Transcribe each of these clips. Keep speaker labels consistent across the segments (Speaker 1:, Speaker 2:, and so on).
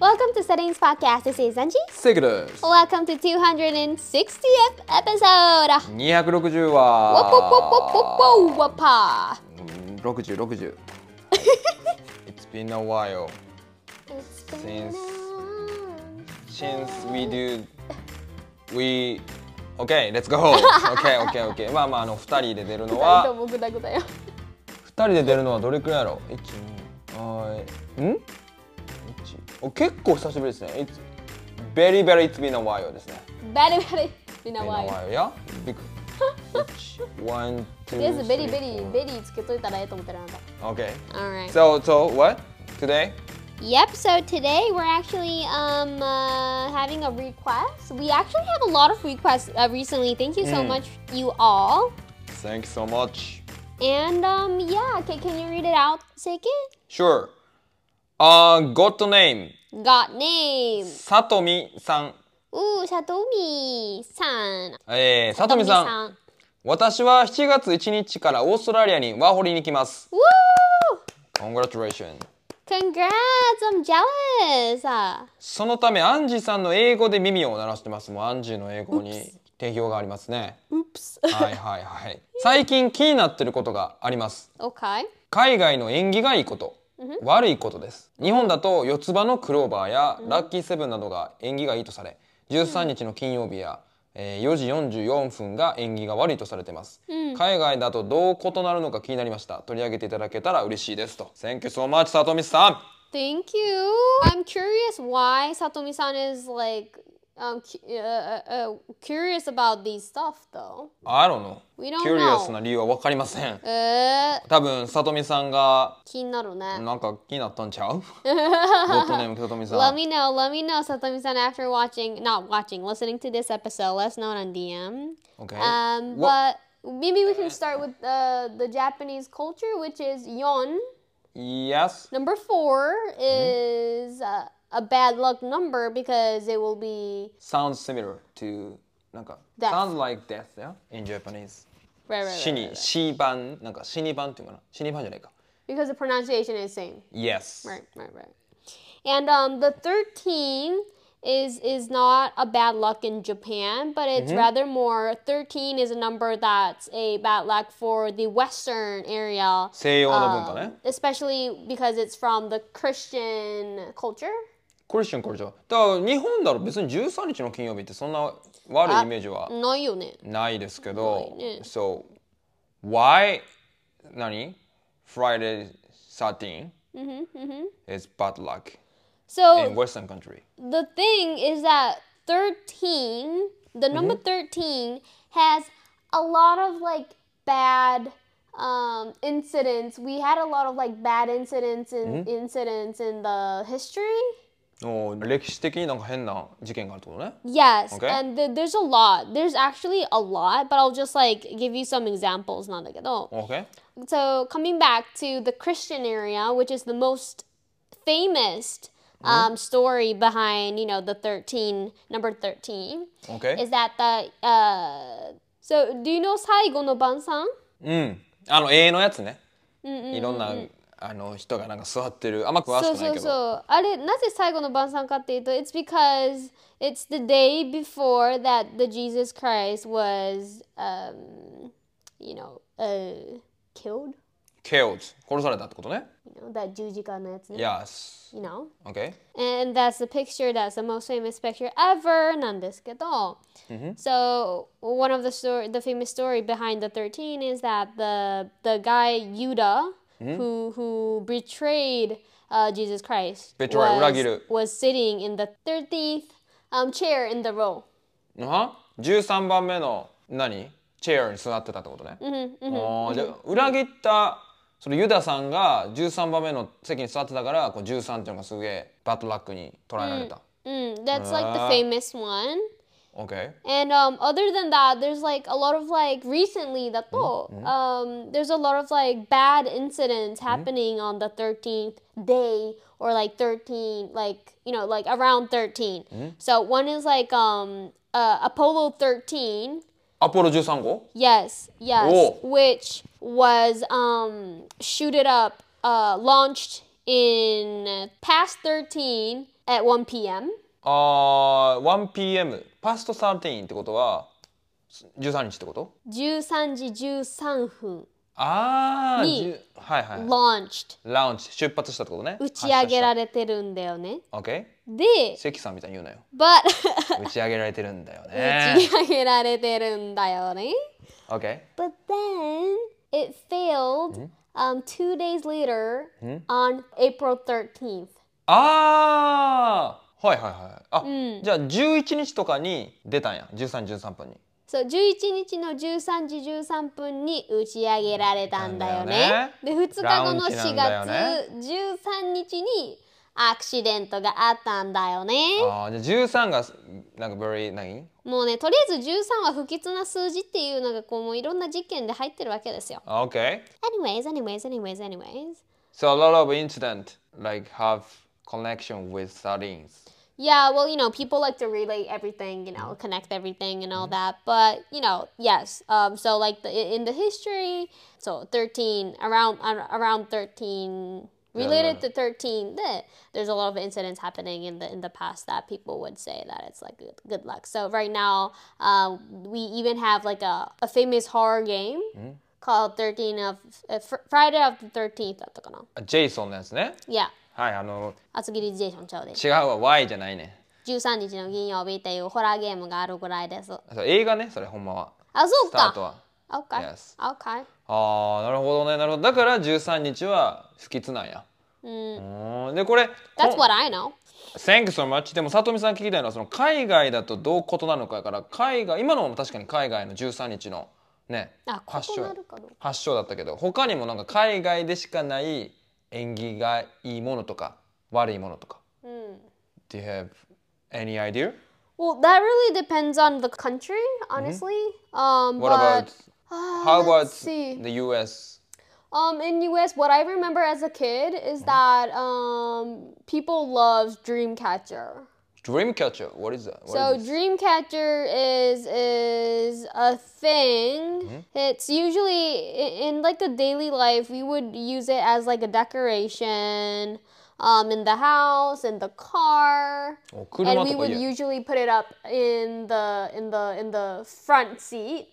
Speaker 1: Welcome to Settings Podcast. This is Anji.
Speaker 2: セグです。
Speaker 1: Welcome to 260th episode. Ah. Whoop, whoop,
Speaker 2: 260
Speaker 1: whoop, whoop, whoop,
Speaker 2: は。
Speaker 1: whoop, whoop, ah.
Speaker 2: うん60、60。It's been a while
Speaker 1: It's been
Speaker 2: Since-
Speaker 1: a-
Speaker 2: since we do we OK let's go OK OK OK まあまああの二人で出るの
Speaker 1: 二人と
Speaker 2: は
Speaker 1: もグダグダよ。
Speaker 2: 二人で出るのはどれくらいやろう？一二はいん？一お結構久しぶりですね。It's very very it's been a while ですね。
Speaker 1: Very, very, been a
Speaker 2: Been
Speaker 1: while.
Speaker 2: a while や。Big one two.
Speaker 1: とりあえずベリーベリー
Speaker 2: three, four.
Speaker 1: ベリーつけといたらええと思ってるあなた。
Speaker 2: Okay.
Speaker 1: Alright.
Speaker 2: So so what today?
Speaker 1: Yep, so today we're actually um, uh, having a request. We actually have a lot of requests uh, recently. Thank you so
Speaker 2: Mm.
Speaker 1: much, you all.
Speaker 2: Thanks so much.
Speaker 1: And um, yeah, can, can you read it out, Seiken?
Speaker 2: Sure. Uh, got the name.
Speaker 1: Got name.
Speaker 2: Satomi さん。
Speaker 1: Ooh, Satomi san.
Speaker 2: えー、Satomi さん。私は7月1日からオーストラリアにワーホリに行きます。
Speaker 1: Woo!
Speaker 2: Congratulations.
Speaker 1: Congrats! I'm jealous. Uh,
Speaker 2: そのため、アンジーさんの英語で耳を鳴らしてます。もうアンジーの英語に定評がありますね。
Speaker 1: oops.
Speaker 2: はいはいはい。最近気になってることがあります。
Speaker 1: okay.
Speaker 2: 海外の縁起がいいこと、悪いことです日本だと四つ葉のクローバーやラッキーセブンなどが縁起がいいとされ13日の金曜日や、えー4時44分が縁起が悪いとされています、海外だとどう異なるのか気になりました取り上げていただけたら嬉しいですと Thank you so much さとみさん
Speaker 1: Thank you. I'm curious why Satomi-san is like um cu- uh, uh, uh, curious about these stuff though.
Speaker 2: I don't know
Speaker 1: We don't
Speaker 2: curious
Speaker 1: know. Uh,
Speaker 2: な理由は分かりません
Speaker 1: えー、
Speaker 2: 多分さとみさんが
Speaker 1: 気になる ね。
Speaker 2: なんか気になったんち ゃうゴッドネームさとみさん
Speaker 1: Let me know. Let me know, Satomi-san, after watching, not watching, listening to this episode. Let us know on DM.
Speaker 2: Okay.
Speaker 1: Um,
Speaker 2: What-
Speaker 1: but maybe we can start with uh, the Japanese culture, which is yon.
Speaker 2: Yes
Speaker 1: Number four is uh, a bad luck number because it will be
Speaker 2: sounds similar to なんか
Speaker 1: Death.
Speaker 2: sounds like death yeah in Japanese
Speaker 1: right, right, right,
Speaker 2: 死
Speaker 1: right,
Speaker 2: に
Speaker 1: right.
Speaker 2: 死番なんか死に番っていうのかな死に番じゃないか
Speaker 1: because the pronunciation is same.
Speaker 2: Yes
Speaker 1: Right, right, right. And um, the 13 is is not a bad luck in Japan, but it's rather more 13 is a number that's a bad luck for the western area.
Speaker 2: 西洋の文化
Speaker 1: um,
Speaker 2: ね
Speaker 1: especially because it's from the Christian culture.
Speaker 2: クリスチャンコルチャーだから日本だろ別に13日の金曜日ってそんな悪いイメージは
Speaker 1: ないよね。
Speaker 2: ないですけど
Speaker 1: ないね
Speaker 2: So why 何 Friday 13 is bad luck in
Speaker 1: Mm-hmm, So
Speaker 2: Western country
Speaker 1: the thing is that 13, the number 13 has a lot of like bad um incidents. We had a lot of like bad incidents and incidents in the history.
Speaker 2: おー歴史的になんか変な事件があるってことね
Speaker 1: Yes,
Speaker 2: Okay.
Speaker 1: and th- there's a lot. There's actually a lot, but I'll just like give you some examples. Not like at all.
Speaker 2: OK?
Speaker 1: So coming back to the Christian area, which is the most famous um, story behind you know the thirteen number thirteen,
Speaker 2: OK?
Speaker 1: is that the uh, so do you know Saigo no Bansan?
Speaker 2: うん、あの永遠のやつね、いろんなあの人がなんか座ってるあんま詳しくない
Speaker 1: そうそう
Speaker 2: けど
Speaker 1: そう。あれ、なぜ最後の晩餐かっていうと、It's because it's the day before that the Jesus Christ was, um, you know, uh, killed.
Speaker 2: ケオズ殺されたってことね
Speaker 1: You know, that 十字架のやつね。
Speaker 2: Yes
Speaker 1: You know?
Speaker 2: OK
Speaker 1: And that's the picture, that's the most famous picture ever なんですけど、So one of the story, the famous story behind the 13 is that the the guy Yuda who who betrayed uh, Jesus Christ
Speaker 2: Betray,
Speaker 1: was,
Speaker 2: 裏切る。
Speaker 1: was sitting in the 13th um, chair in the row.
Speaker 2: うんは13番目の何チェアに座ってたってことね、あーじゃあ裏切ったそのユダさんが13番目の席に座ってたからこう13っていうのがすげえバッドラックに捉えられた、
Speaker 1: Mm, that's like the
Speaker 2: Ah.
Speaker 1: famous one.
Speaker 2: OK
Speaker 1: And um, other than that, there's like a lot of like recently that though, um, there's a lot of like bad incidents happening on the 13th day or like 13, like, you know, like around 13. So one is like um, uh, Apollo 13.
Speaker 2: アポロ13号
Speaker 1: Yes, yes.
Speaker 2: Oh.
Speaker 1: Which was um, shooted up, uh, launched in uh, past 13 at 1 p.m.
Speaker 2: あー 1pm パスト13ってことは13日ってこと
Speaker 1: 13時13分
Speaker 2: ああ
Speaker 1: に
Speaker 2: はいはい
Speaker 1: launched
Speaker 2: ラウンチ出発したってことね
Speaker 1: 打ち上げら
Speaker 2: れ
Speaker 1: れてるんだよね
Speaker 2: OK
Speaker 1: で
Speaker 2: 関さんみたいに 言うなよ
Speaker 1: but
Speaker 2: 打ち上げられてるんだよ
Speaker 1: 打ち
Speaker 2: ね
Speaker 1: 上げられてるんだよね
Speaker 2: OK
Speaker 1: But then it failed um, two days later on April 13th.
Speaker 2: ああはいはいはいあ、じゃあ11日とかに出たんや1313分に
Speaker 1: So, 11日の13時13分に打ち上げられたんだよ
Speaker 2: なん
Speaker 1: ね。で、2日後の
Speaker 2: ラウンジな
Speaker 1: 4
Speaker 2: んだよ
Speaker 1: 月
Speaker 2: ね
Speaker 1: 13日にアクシデントがあったんだよね。
Speaker 2: あーじゃあ13がなんか very 何
Speaker 1: もうね、とりあえず13は不吉な数字っていうのがこうもういろんな事件で入ってるわけですよ。
Speaker 2: あ OK
Speaker 1: Anyways, anyways, anyways, anyways.
Speaker 2: So a lot of incident like have connection with sardines.
Speaker 1: Yeah, well, you know, people like to relate everything, you know, connect everything and all that. But, you know, yes. Um, so like the, i- in the history, so 13 around ar- around 13 related to 13, that there's a lot of incidents happening in the in the past that people would say that it's like good, good luck. So right now, um, we even have like a, a famous horror game called 13 of uh, fr- Friday of the 13th だったかな。
Speaker 2: ジェイソンのやつね。
Speaker 1: Yeah.
Speaker 2: はい、あの
Speaker 1: 厚切りジェイソンちゃうで。
Speaker 2: 違うわ Y じゃないね。
Speaker 1: 13日の金曜日っていうホラーゲームがあるぐらいです。あ、
Speaker 2: そう映画ね、それほんまは。
Speaker 1: そう
Speaker 2: スタート
Speaker 1: か。
Speaker 2: は。
Speaker 1: Okay.
Speaker 2: Yes.
Speaker 1: Okay.
Speaker 2: ああ、なるほどね、なるほど。だから13日は不吉なんや。うん。でこれ。
Speaker 1: That's
Speaker 2: こ
Speaker 1: what I know.
Speaker 2: Thank you so much. でもさとみさん聞きたいのはその海外だとどう異なるのかやから海外今のも確かに海外の13日のね
Speaker 1: あ、
Speaker 2: 発
Speaker 1: 異
Speaker 2: 祥
Speaker 1: なるかどうか。
Speaker 2: 発祥だったけど他にもなんか海外でしかない縁起がいいものとか悪いものとか、Do you have any idea?
Speaker 1: Well, that really depends on the country, honestly. Um,
Speaker 2: Mm-hmm. What
Speaker 1: but
Speaker 2: about
Speaker 1: Ah,
Speaker 2: how about
Speaker 1: let's see.
Speaker 2: the US?
Speaker 1: Um, in US, what I remember as a kid
Speaker 2: Mm-hmm.
Speaker 1: is that um, people love Dreamcatcher.
Speaker 2: Dreamcatcher, what is that? What
Speaker 1: So
Speaker 2: is this?
Speaker 1: Dreamcatcher is is a thing. It's usually i- in like the daily life we would use it as like a decoration um, in the house, in the car.
Speaker 2: お
Speaker 1: And
Speaker 2: 車
Speaker 1: we
Speaker 2: とか
Speaker 1: would
Speaker 2: 家
Speaker 1: usually put it up in the in the in the front seat.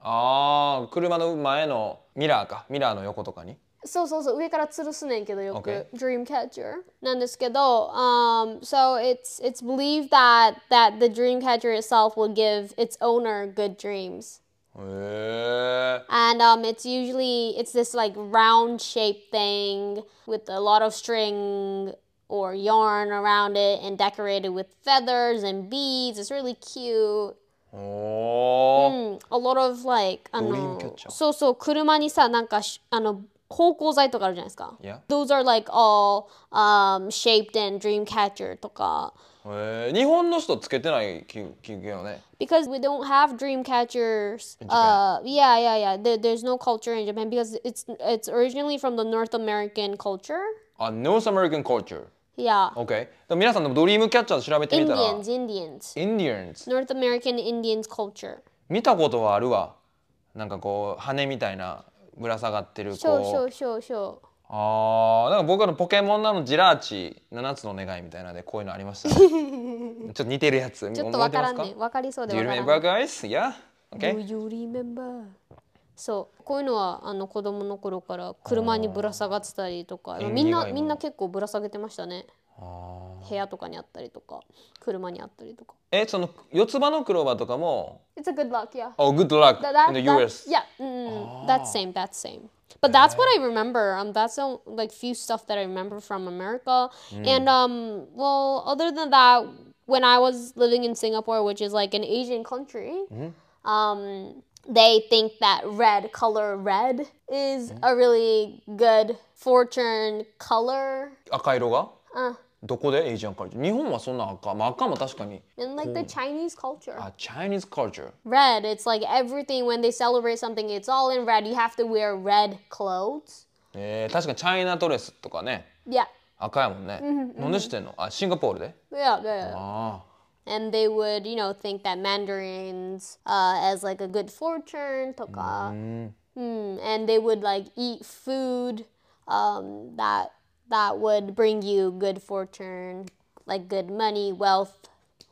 Speaker 2: ああ車の前のミラーかミラーの横とかに
Speaker 1: そうそうそう上から吊るすねんけどよく、
Speaker 2: Okay.
Speaker 1: Dreamcatcher なんですけど、um, so it's it's believed that that the Dreamcatcher itself will give its owner good dreams.
Speaker 2: へえ
Speaker 1: and um, it's usually it's this like round shaped thing with a lot of string or yarn around it and decorated with feathers and beads it's really cute
Speaker 2: おおー
Speaker 1: Mm, a lot of like あの
Speaker 2: Dreamcatcher
Speaker 1: そうそう車にさなんかしあの芳香剤とかあるじゃないですか
Speaker 2: Yeah.
Speaker 1: those are like all um, shaped in dreamcatcher とか
Speaker 2: えー、日本の人つけてない気気がよね。
Speaker 1: because we don't have dream catchers uh yeah yeah yeah there, there's no culture in japan because it's it's originally from the north american culture
Speaker 2: あ、North American culture。
Speaker 1: yeah
Speaker 2: OK。でも皆さんでもドリームキャッチャー調べてみたら。
Speaker 1: indians indians
Speaker 2: Indians。
Speaker 1: north american indians culture
Speaker 2: 見たことはあるわ。なんかこう羽みたいなぶら下がってるこう。
Speaker 1: show show show show
Speaker 2: ああ、なんか僕あのポケモンなのジラーチ七つの願いみたいなのでこういうのあり ました、ね。ちょっと似てるやつ。
Speaker 1: ちょっとわからん
Speaker 2: 覚え
Speaker 1: ね
Speaker 2: てま
Speaker 1: わかりそう
Speaker 2: す
Speaker 1: で
Speaker 2: か。Do
Speaker 1: わ
Speaker 2: you
Speaker 1: からん
Speaker 2: remember guys? Yeah.
Speaker 1: Do
Speaker 2: OK。
Speaker 1: you remember? そうこういうのはあの子供の頃から車にぶら下がってたりとかみん
Speaker 2: 縁起が
Speaker 1: ない
Speaker 2: いもの
Speaker 1: みんな結構ぶら下げてましたね部屋とかにあったりとか車にあったりとか
Speaker 2: え、その四つ葉のクローバーとかも。
Speaker 1: It's a good luck yeah
Speaker 2: Oh, good luck
Speaker 1: Th- that,
Speaker 2: in the
Speaker 1: that-
Speaker 2: US.
Speaker 1: yeah, mm, that's same. That's same. But that's what I remember. Um, that's the like few stuff that I remember from America.
Speaker 2: Mm.
Speaker 1: And um, well, other than that, when I was living in Singapore, which is like an Asian country,
Speaker 2: Mm-hmm.
Speaker 1: um, they think that red color red is
Speaker 2: Mm-hmm.
Speaker 1: a really good fortune color.
Speaker 2: 赤色が。
Speaker 1: Uh,
Speaker 2: どこでエイジアンカルチャー日本はそんな赤、まあ、赤も確かに
Speaker 1: in like the Chinese culture,
Speaker 2: あ Chinese culture
Speaker 1: red. It's like everything when they celebrate something, it's all in red. You have to wear red clothes.
Speaker 2: えー、確かにチャイナドレスとかね
Speaker 1: Yeah.
Speaker 2: 赤やもんね、なんでしてんのあシンガポールで
Speaker 1: Yeah, yeah, yeah.
Speaker 2: あ
Speaker 1: And they would, you know, think that mandarins uh, as like a good fortune, Hmm, toka. Mm. And they would like eat food um, that that would bring you good fortune, like good money, wealth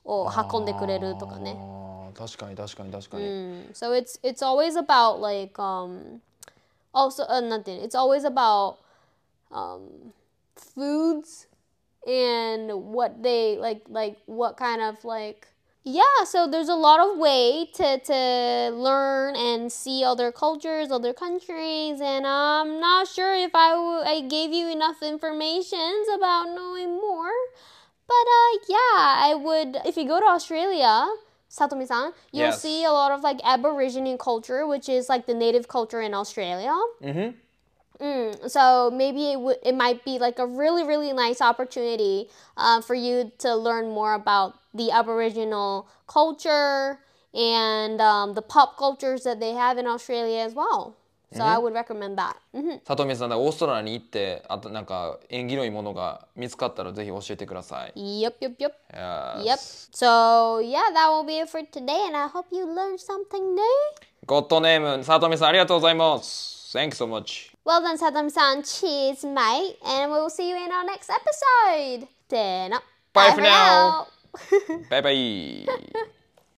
Speaker 1: を運んでくれるとかね。
Speaker 2: あー確かに確かに確かに、
Speaker 1: Mm. So it's it's always about like um also uh, nothing. It's always about um foods and what they like like what kind of like yeah, so there's a lot of way to to learn and see other cultures, other countries, and I'm not sure if I w- I gave you enough informations about knowing more. But uh, yeah, I would. If you go to Australia, Satomi-san, you'll
Speaker 2: Yes.
Speaker 1: see a lot of like Aborigine culture, which is like the native culture in Australia.
Speaker 2: Mhm.
Speaker 1: Mm, so maybe it would. It might be like a really really nice opportunity uh, for you to learn more about the Aboriginal culture and um, the pop cultures that they have in Australia as well. So I would recommend that. Mhm.
Speaker 2: 里見さんだからオーストラリアに行ってあとなんか縁起のいいものが見つかったらぜひ教えてください。
Speaker 1: Yep, yep, yep.
Speaker 2: Yes.
Speaker 1: Yep. So, yeah, that will be it for today, and I hope you learned something new.
Speaker 2: ゴッドネーム里見さんありがとうございます。Thank you so much.
Speaker 1: Well done, Saddam san. Cheers, mate. And we will see you in our next episode. Then, uh,
Speaker 2: Bye for now. バイバイ。